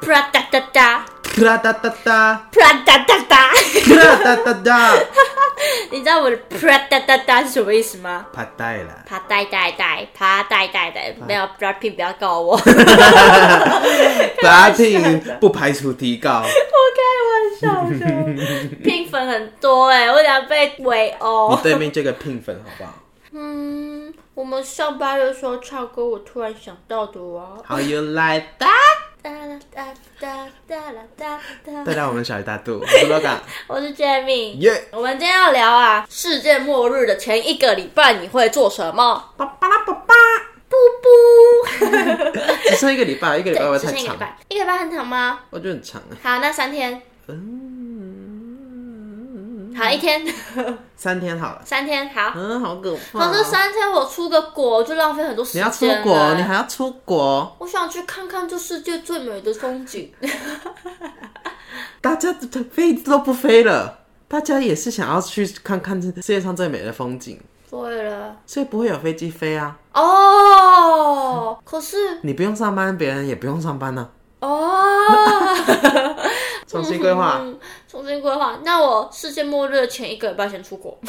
p r a d a da da 哒哒哒哒， p r a d a da da，哒哒哒哒， 你知道我的 p r a d a da da 是什么意思吗？怕呆了。啪呆呆呆，啪呆呆呆，没有 Blackpink 不要告我， 白品不排除提 高，我开玩笑的。拼粉很多哎、我想被围你殴。对面这个拼粉好 不好嗯，我们上班的时候唱歌，我突然想到的哦。 ？How you like that？哒啦哒哒哒啦哒哒带。到我们的小鱼大 肚，我是 Loga，我是 Jamie。耶！我们今天要聊啊，世界末日的前一个礼拜你会做什么？巴巴拉巴巴，布布。 只剩一个礼拜，一 个礼拜会不会只呃太剩一个礼长？拜，一个礼拜很长吗？我觉得很长啊。好，那三天，嗯，好一天， 三天好了。三天好。嗯，好可怕可是哦。三天我出个国就浪费很多时你间要了。出国，你还要出国，我想去看看这世界最美的风景。 大家飞都不飞了，大家也是想要去看看这世界上最美的风景，对了，所以不会有飞机飞啊。哦，可是你不用上班，别人也不用上班啊呢、 哦，重新规划，嗯重新规划。那我世界末日的前一个礼拜先出 国。你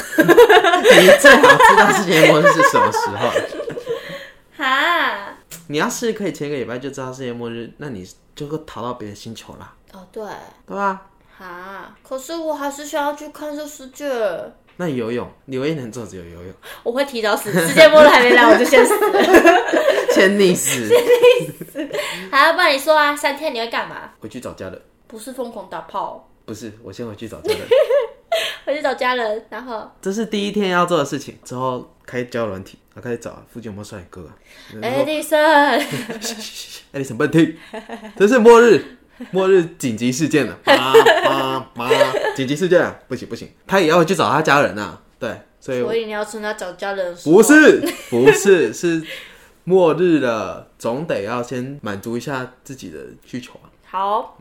最好知道世界末日是什么时候。 哈，你要是可以前一个礼拜就知道世界末日，那你就会逃到别的星球啦，哦对，对吧？哈，可是我还是想要去看这世界。那游泳，你唯一能做只有游泳，我会提早死，世界末日还没来我就先死。 先溺死。好，不然你说啊，三天你会干嘛？回去找家人，不是疯狂打炮，不是，我先回去找家人。回去找家人，然后这是第一天要做的事情，之后开交友软体，然后开始找附近有没有帅哥啊。哎 Edison，艾丽什么听，这是末日，末日紧急事件了，啊妈妈妈，紧急事件啊，不行不行，他也要回去找他家人啊，对，所以我所以你要趁他找家人的时候 不是不是是末日了，总得要先满足一下自己的需求啊，好，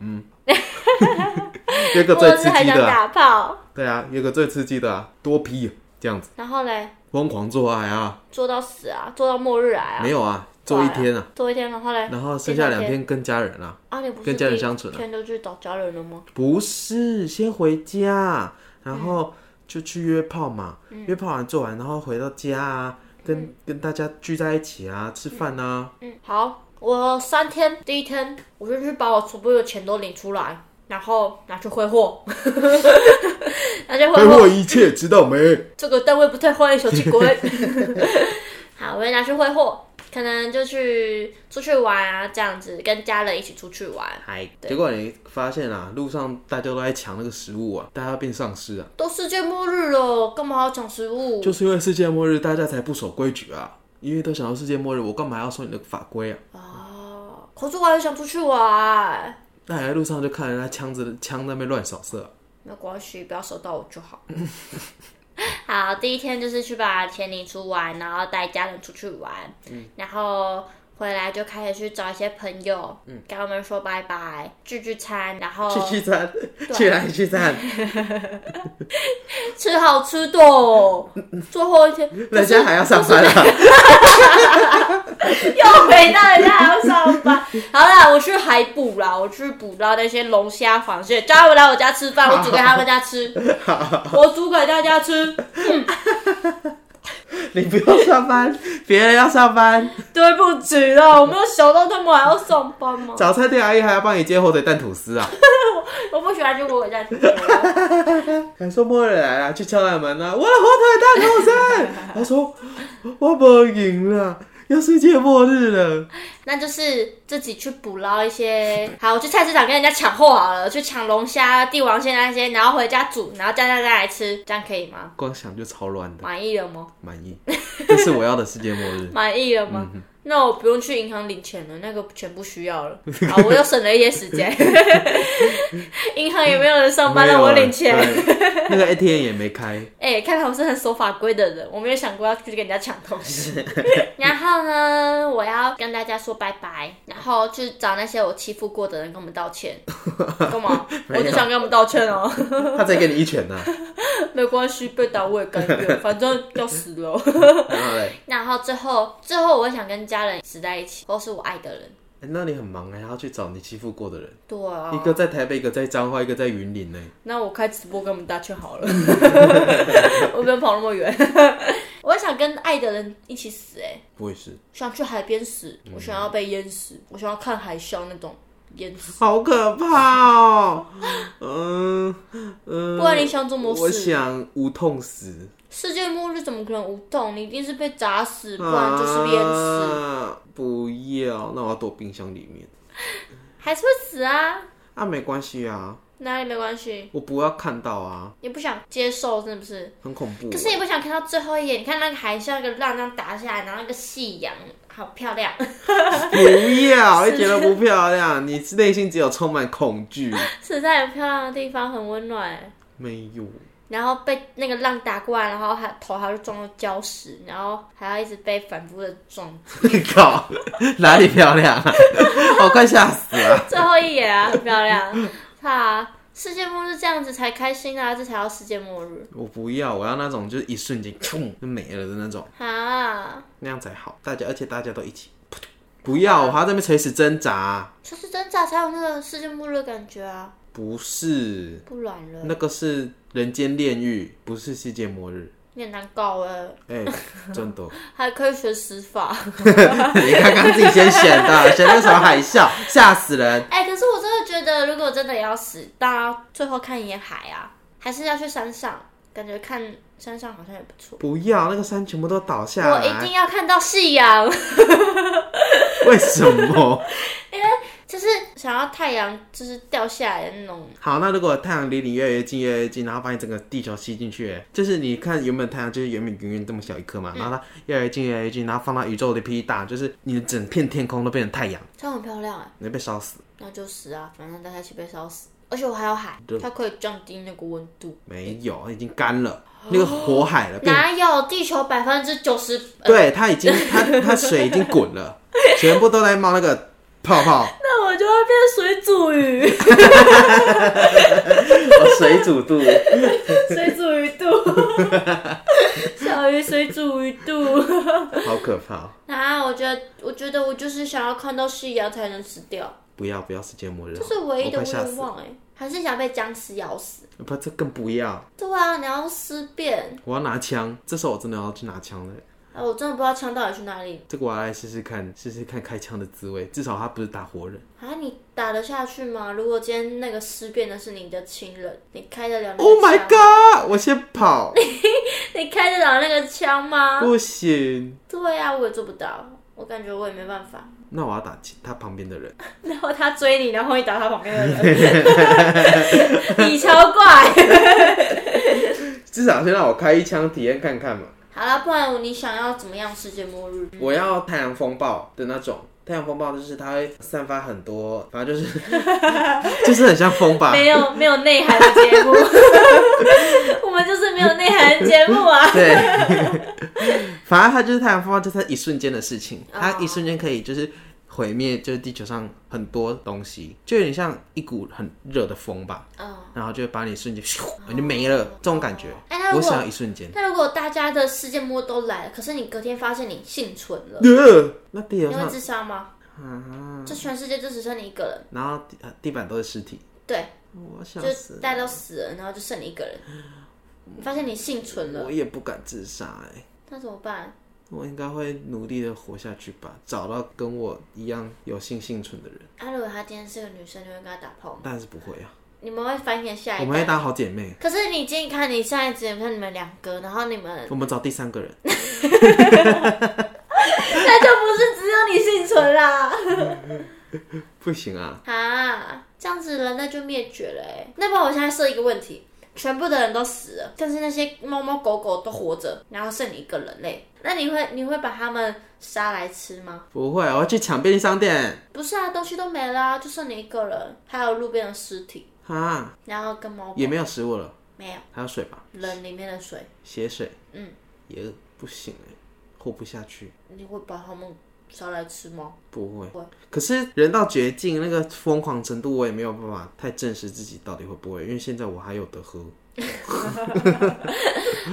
约个末最日刺还激想的啊、打炮，对啊，约个最刺激的、啊，多批这样子，然后嘞，疯狂做爱啊，做到死啊，做到末日来啊，没有啊，做一天啊，，做一天，然后嘞，然后剩下两第三天天跟家人啊。啊，你不是跟家人相处呢第一天就去找家人了吗？不是，先回家，啊然后就去约炮嘛。嗯约炮完做完，然后回到家啊，跟、跟大家聚在一起啊，吃饭啊。嗯，好，我三天，第一天我就去把我全部的钱都领出来，然后拿去挥霍， 拿去挥霍，一切，知道没？这个单位不退换手机 滚。好，我会拿去挥霍，可能就去出去玩啊，这样子跟家人一起出去玩，哎，结果你发现啊，路上大家都在抢那个食物啊，大家变丧尸啊，都世界末日了，干嘛要抢食物？就是因为世界末日，大家才不守规矩啊。因为都想到世界末日，我干嘛要守你的法规啊？哦，可是我还想出去玩。那还在路上就看人家枪子枪在那边乱扫射啊、没有关系，不要收到我就好。 好，第一天就是去把钱领出完，然后带家人出去玩，嗯然后回来就开始去找一些朋友，跟他们说拜拜，聚聚餐，然后去嗯聚餐，去哪里聚餐？吃好吃的哦。最后一天，人家还要上班啊。又回到人家还要上班。好啦，我去海捕啦，我去捕到那些龙虾、螃蟹，叫他们来我家吃饭，我煮给他们家吃，我煮给大家吃。你不用上班，别人要上班，对不起啦，我没有想到他们还要上班吗？早餐店阿姨还要帮你煎火腿蛋吐司啊！我不喜欢去我家吃饭。还说末日来了，去敲他门啊！我的火腿蛋吐司，他说我不赢了，要世界末日了。那就是自己去捕捞一些。好，我去菜市场跟人家抢货好了，去抢龙虾、帝王蟹那些，然后回家煮，然后叫大家来吃，这样可以吗？光想就超乱的，满意了吗？满意， 这是我要的世界末 日。满意了嗯吗？那我不用去银行领钱了，那个钱不需要了。好，我又省了一些时 间。银行也没有人上班没有让啊我领钱。对那个 ATM 也 没开，哎、看来我是很守法规的人，我没有想过要去跟人家抢 东西。然后呢，我要跟大家说拜拜，然后去找那些我欺负过的人跟我们道 歉。干嘛？没有我就想跟我们道歉哦， 他再给你一拳呐、没关系，被打我也甘愿，反正要死 了。然后嘞，然后最后，最后我想跟家人死在一起，或是我爱的人。那你很忙哎、还要去找你欺负过的人，对啊，一个在台北，一个在彰化，一个在云林呢、那我开直播跟我们大圈好 了，我不用跑那么远。 我很想跟爱的人一起死、欸，哎，我也是，想去海边死，嗯我想要被淹死，我想要看海啸那种淹死。好可怕哦、嗯嗯，不然你想怎么我死？想无痛死，世界末日怎么可能无痛？你一定是被砸死，不然就是被淹死，啊不要，那我要躲冰箱里面。还是会死啊？啊，没关系啊，哪里没关系？我不要看到啊，也不想接受，是不是？很恐怖啊可。是你不想看到最后一眼，你看那个海啸，那个浪这样打下来，然后那个夕阳，好漂亮， 不要，一点都不漂亮，你内心只有充满恐惧。是在很漂亮的地方，很温暖、没有， 然后被那个浪打过来，然后还头还会撞到礁石，然后还要一直被反复的撞，靠，哪里漂亮啊？我快吓死了。最后一眼啊，很漂亮，怕、啊、世界末日这样子才开心啊，这才叫世界末日我不要，我要那种就是一瞬间冲就没了的那种，啊，那样才好。大家，而且大家都一起，不要，我还要在那边垂死挣扎。就是挣扎才有那个世界末日的感觉啊，不是，不然了，那个是人间炼狱，不是世界末日。你很难搞哎、哎、真的，还可以学死法， 你刚刚自己先选的，选那个什么海啸，吓死人。哎、可是我真的觉得，如果真的要死，到最后看一眼海啊，还是要去山上，感觉看山上好像也不错。不要，那个山全部都倒下我一来定，要看到夕阳。 为什么？就是想要太阳就是掉下来的那种，好，那如果太阳离你越来越近，越来越近，然后把你整个地球吸进去，就是你看原本太阳就是原本远远这么小一颗嗯嘛，然后它越来越近，越来越近，然后放到宇宙的屁大，就是你的整片天空都变成太阳，它很漂亮哎，你会被烧死。那就死啊，反正大家一起被烧死。而且我还有海，它可以降低那个温度。没有，已经干了，哦那个火海了，变哪有地球百分之九十？对，它已经它它水已经滚了，全部都在冒那个泡泡，哦那我就会变水煮 鱼，水煮肚。水煮鱼 肚，小鱼水煮鱼肚。好可怕！啊，我觉得，我觉得我就是想要看到夕阳才能死掉，不要不要，世界末日，这是唯一的我快吓愿死了，望哎。还是想被僵尸咬死？不，这更不要，对啊，你要尸变。我要拿枪，这时候我真的要去拿枪了。哎、我真的不知道枪到底去哪里这个我要来试试看，试试看开枪的滋味。至少他不是打活人。啊，你打得下去吗？如果今天那个尸变的是你的亲人，你开得了那 Oh 个枪 my god！我先跑，你开得了那个枪吗？不行。对呀、啊，我也做不到，我感觉我也没办法。 那我要打其他旁边的人。然后他追你，然后你打他旁边的人， 你超怪。至少先让我开一枪体验看看嘛。好了，不然你想要怎么样？世界末日？我要太阳风暴的那种。太阳风暴就是它会散发很多，反正就是 就是很像风 吧。没有没有内涵的节目， 我们就是没有内涵的节目 啊。对， 反正它就是太阳风暴，就是它一瞬间的事情，它哦一瞬间可以就是毁灭，就是地球上很多东西，就有点像一股很热的风吧。嗯，然后就会把你瞬间咻，你就没了，这种感觉哦哎那。如我果想要一 瞬间。那如果大家的世界末日都来了，可是你隔天发现你幸存了，呃，那地球你会上，自杀吗？啊，这全世界就只剩你一个人。然后地啊地板都是尸体，对，我想就是死，大家都死了，然后就剩你一个人。你发现你幸存了，我也不敢自杀哎、那怎么办？我应该会努力的活下去吧，找到跟我一样有性幸存的人，啊，如果她今天是个女生，你会跟她打炮吗？但是不会啊，你们会繁衍下我一们会代？当好姐妹，可是你今天看你现在只能看你们两个，然后你们 我们找第三个人，那就不是只有你幸存啦。不行啊，啊，这样子人类就灭绝了哎、那么我现在设一个问题，全部的人都死了，但是那些猫猫狗狗都活着，然后剩你一个人类，那你会你会把它们杀来吃吗？不会，我要去抢便利商店不是啊，东西都没了啊、就剩你一个人，还有路边的尸体，啊，然后跟猫狗也没有食物了，没有还有水吧，人里面的水，血水，嗯，也不行哎、活不下去。你会把它们杀来吃 吗？不会不会，可是人到绝境那个疯狂程度，我也没有办法太证实自己到底会不会，因为现在我还有得喝，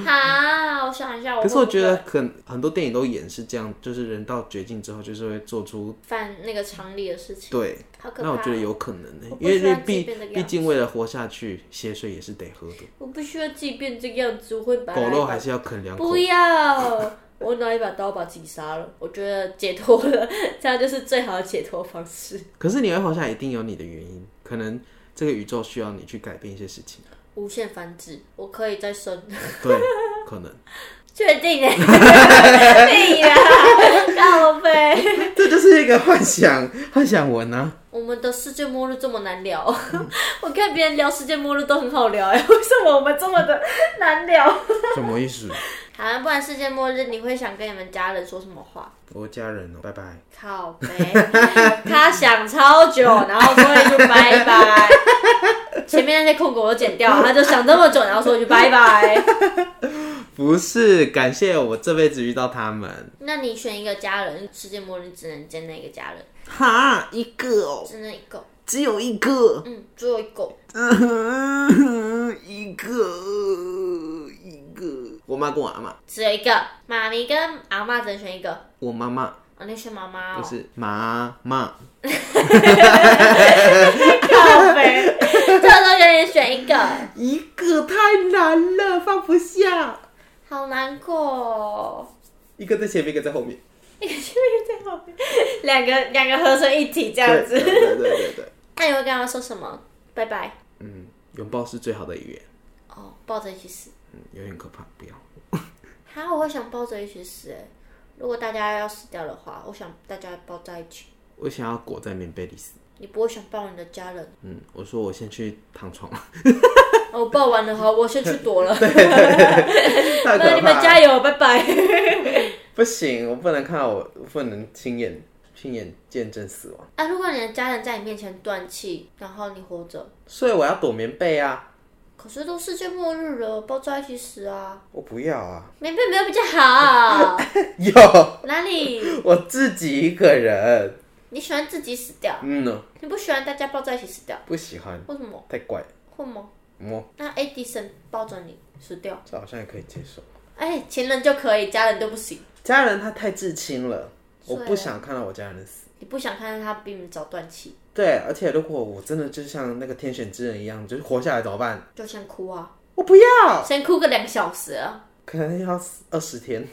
好，我想一下，可是我会不觉得会很很多电影都演是这样，就是人到绝境之后，就是会做出犯那个常理的事情，对。好可怕。那我觉得，有可能呢、我不因为喜欢那自己毕变这个毕样竟为了活下去，血水也是得喝的，我不需要自己变这个样子，我会把它狗肉还是要啃两口不。要，我拿一把刀把自己杀了，我觉得解脱了， 这样就是最好的解脱方式。可是你会活下来，一定有你的原因，可能这个宇宙需要你去改变一些事情。啊 无限繁殖，我可以再生，对，可能 确 定哎、对呀，浪费。这就是一个幻想幻想文啊。 我们的世界末日这么难聊， 我看别人聊世界末日都很好聊哎、为什么我们这么的难聊？什么意思？好了，不然世界末日你会想跟你们家人说什么话？我家人哦、拜拜。靠背，他想超久，然后说一句拜拜，前面那些空格我都剪掉，他就想这么久，然后说一句拜拜。不是，感谢我这辈子遇到他们。那你选一个家人，世界末日只能见那个家人，哈，一个哦，只能一个，只有一个，嗯，只有一个。嗯、 一个一个。我妈跟我阿妈，只有一个，妈咪跟阿妈只能选一个。我妈妈哦，你选妈妈不哦，是妈妈，靠背，这都有点选一个，一个太难了，放不下。好难过、 哦。 一个在前面，一个在后面。一个前面，一个在后面，两个两个合成一体这样对子。对对对对，那你会跟他说什么？拜拜。嗯，拥抱是最好的语言。哦，抱着一起死。嗯，有点可怕，不要。哈，我会想抱着一起死哎、如果大家要死掉的话，我想大家抱在一起。我想要裹在棉被里死。你不会想抱你的家人？嗯，我说我先去躺 床，哦，抱完了，好，我先去躲 了。太那你们加油，拜拜。 不行，我不能看到我，我不能亲眼亲眼见证死亡， 啊，如果你的家人在你面前断气，然后你活着，所以我要躲棉被啊！可是都世界末日了，抱在一起死啊，我不要啊！ 没被没有比较 好。有哪里？我自己一个人，你喜欢自己死掉，嗯呢，你不喜欢大家抱在一起死掉？不喜欢，为什么？太怪了，会吗？摸那 Edison 抱着你死掉，这好像也可以接受。哎、情人就可以，家人就不行。家人他太至亲了，对我不想看到我家人死。你不想看到他比你早断气，对，而且如果我真的就像那个天选之人一样，就是活下来怎么办？就先哭啊，我不要，先哭个两小时啊，可能要二十天。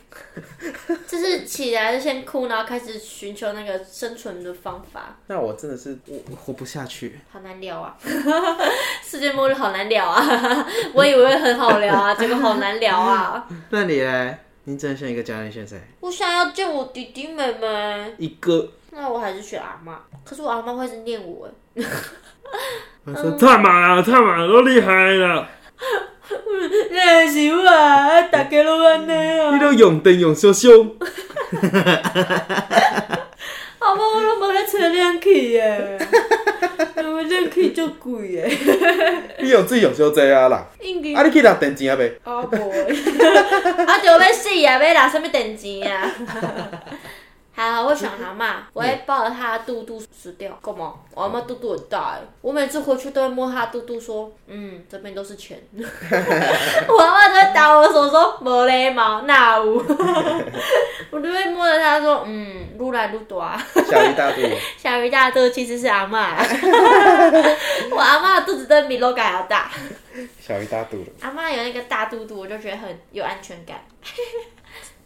就是起来就先哭，然后开始寻求那个生存的方法。那我真的是我我活不下去。好难聊啊！ 世界末日好难聊啊！ 我以为很好聊啊，结果好难聊啊！那你嘞？你只能选一个家人，选谁？我想要见我弟弟妹妹，一个。那我还是选阿妈。可是我阿妈会一直念我欸，他说太满了，太满了，都厉害了， 那是我啊，打给了我呢你都用灯用羞羞。阿妈啊我都无咧吹冷气耶，因为冷气足贵耶，你用水用小济啊啦，应该啊你去人电钱啊袂？阿无，啊就要死啊，要拿什么电钱啊？ 好，我想阿嬷，我会抱着她的肚肚死掉，干嘛？我阿妈肚肚很大哎、我每次回去都会摸她的肚肚，说，嗯，这边都是钱。我阿妈都会打我手说，无礼貌，哪有？ 我就会摸着她说，嗯，愈来愈大。小一大堆， 小鱼大肚其实是阿 嬷，我阿嬷的肚子都比 LOGA 还要大。小一大堆了。阿嬷有那个大肚肚，我就觉得很有安全感。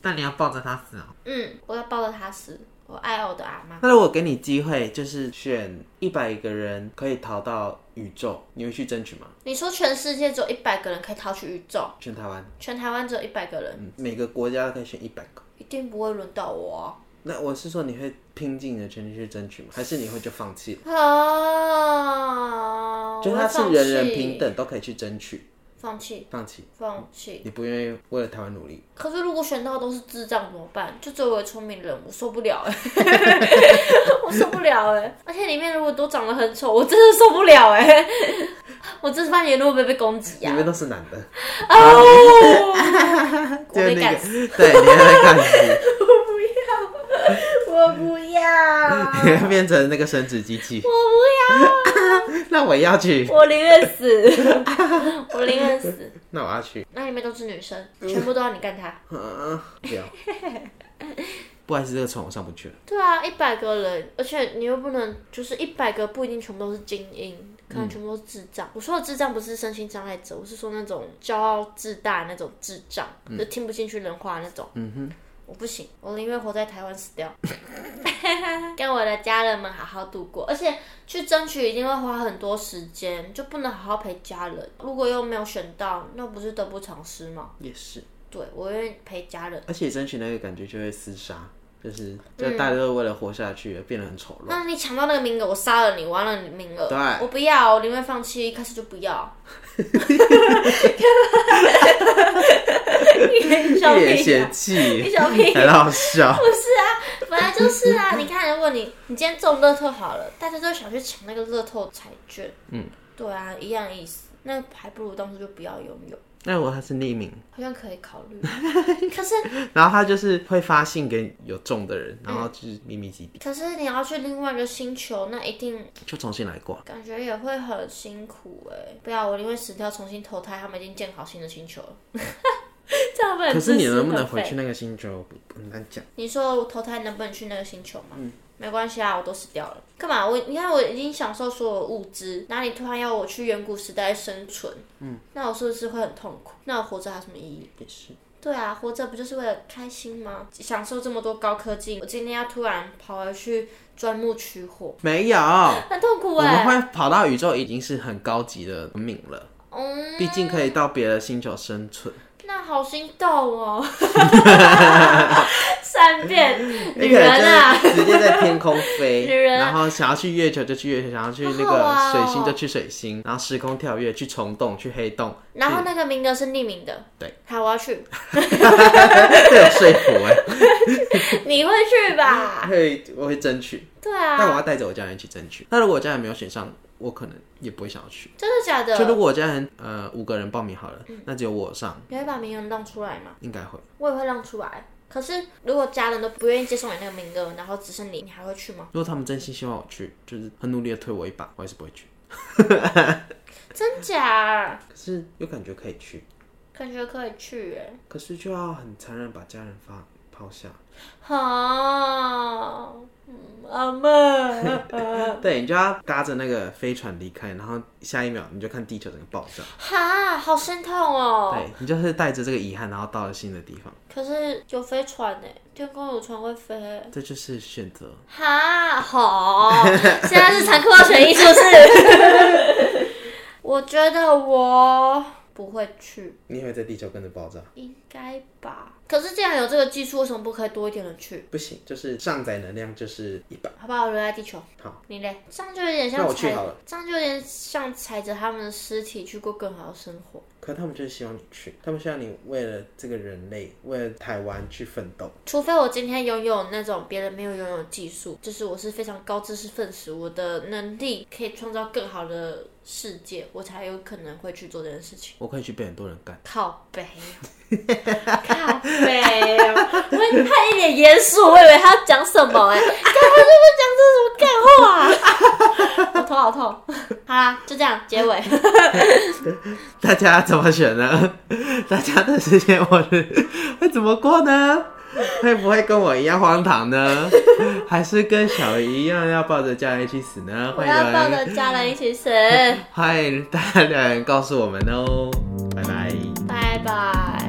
但你要抱着他死哦。嗯，我要抱着他死，我爱我的阿妈。那如果给你机会，就是选一百个人可以逃到宇宙，你会去争取吗？你说全世界只有一百个人可以逃去宇宙，选台湾，全台湾只有一百个人，嗯，每个国家都可以选一百个。一定不会轮到我啊！那我是说，你会拼尽你的全力去争取吗？还是你会就放弃了？啊就是它是人人平，等，都可以去争取，放弃，放弃。放弃。你不愿意为了台湾努力，可是如果选到的都是智障怎么办？就作为聪明人，我受不了 哎、我受不了哎、而且里面如果都长得很丑，我真的受不了哎、我这番言论会不会被攻击你啊？们都是男的，哦，我 就被那干个死。 对，你会被干死，我不要，我你会变成那个生殖机器。不要，那我也要去，我宁愿死，我宁愿死。那我要去，那里面都是女生，全部都要你干她。嗯，不要。不然是这个船我上不去了。对啊，一百个人，而且你又不能，就是一百个不一定全部都是精英，可能全部都是智障。我说的智障不是身心障碍者，我是说那种骄傲自大那种智障，就听不进去人话那种。嗯哼，我不行，我宁愿活在台湾死掉， 跟我的家人们好好度过。而且去争取一定会花很多时间，就不能好好陪家人。如果又没有选到，那不是得不偿失吗？也是，对，我愿意陪家人。而且争取那个感觉就会厮杀，嗯就是就大家都是为了活下去而变得很丑陋。那你抢到那个名额，我杀了你，我要让你名额。对我不要，我宁愿放弃，一开始就不 要。你小一脸屁呀、嫌弃 你小屁，很 好笑。不是啊，本来就是啊。你看，如果你你今天中乐透好了，大家都想去抢那个乐透彩券。嗯，对啊，一样意思。那还不如当初就不要拥有，那我他是匿名，好像可以考虑。可是然后他就是会发信给有中的人，然后嗯就是秘密基地，可是你要去另外一个星球，那一定就重新来过。感觉也会很辛苦哎、不要，我宁愿死掉，重新投胎。他们已经建好新的星球 了，这样会很可是你自私能不能很回废去那个星球，不很难讲。你说我投胎能不能去那个星球吗？嗯没关系啊，我都死掉了，干嘛？我你看我已经享受所有物资，那你突然要我去远古时代生存，嗯，那我是不是会很痛苦？那我活着还有什么意义？也是，对啊，活着不就是为了开心吗？享受这么多高科技，我今天要突然跑回去钻木取火，没有，很痛苦我哎、们会跑到宇宙已经是很高级的文明了，嗯，毕竟可以到别的星球生存。那好心动 哦，善变一女个人人啊，就是直接在天空 飞，女人啊然后想要去月球就去月球，想要去那好好个玩哦水星就去水星，然后时空跳跃去虫洞、去黑洞， 然后那个名额是匿名的，对，好，我要去， 这有说服哎、你会去 吧？会我会争取，对但我啊，要带着我家人去争取。那如果我家人没有选上，我可能也不会想要去。真的假就如的？嗯果我家人呃五个人报名好了，那只有我上，你会把名额让出来吗？应该会。我也会让出来。可是如果家人都不愿意接受你那个名额，然后只剩你，你还会去吗？如果他们真心希望我去，就是很努力的推我一把，我还是不会去。真假？可是有感觉可以去，感觉可以去耶，可是就要很残忍把家人发抛下。好，嗯阿 妹，对，你就要搭着那个飞船离开，然后下一秒你就看地球整个爆炸。哈，好心痛哦。对你就是带着这个遗憾，然后到了新的地方，可是有飞船呢，天空有船会飞欸。这就是选择。哈，好， 现在是残酷二选一，是不是？我觉得我不会去，你也会在地球跟着爆炸？应该吧。可是既然有这个技术，为什么不可以多一点人去？不行，就是上载能量就是一半。好不好？我留在地球。好，你嘞？这样就有点那像我去踩好了，这样就有点像踩着他们的尸体去过更好的生活。可他们就是希望你去，他们希望你为了这个人类，为了台湾去奋斗。除非我今天拥有那种别人没有拥有的技术，就是我是非常高知识分子，我的能力可以创造更好的世界，我才有可能会去做这件事情。我可以去被很多人干。靠北哦，靠北哦！ 我他一脸严肃，我以为他要讲什么哎、看他是不是讲这什么干话、啊 我头好痛。好啦，就这样结尾。大家怎么选呢？ 大家的世界末日 会怎么过呢？会不会跟我一样荒唐呢？ 还是跟小鱼一样要抱着家人一起死呢？我欢迎要抱留着言，家人一起死，欢迎大家留言告诉我们哦。拜拜。拜拜。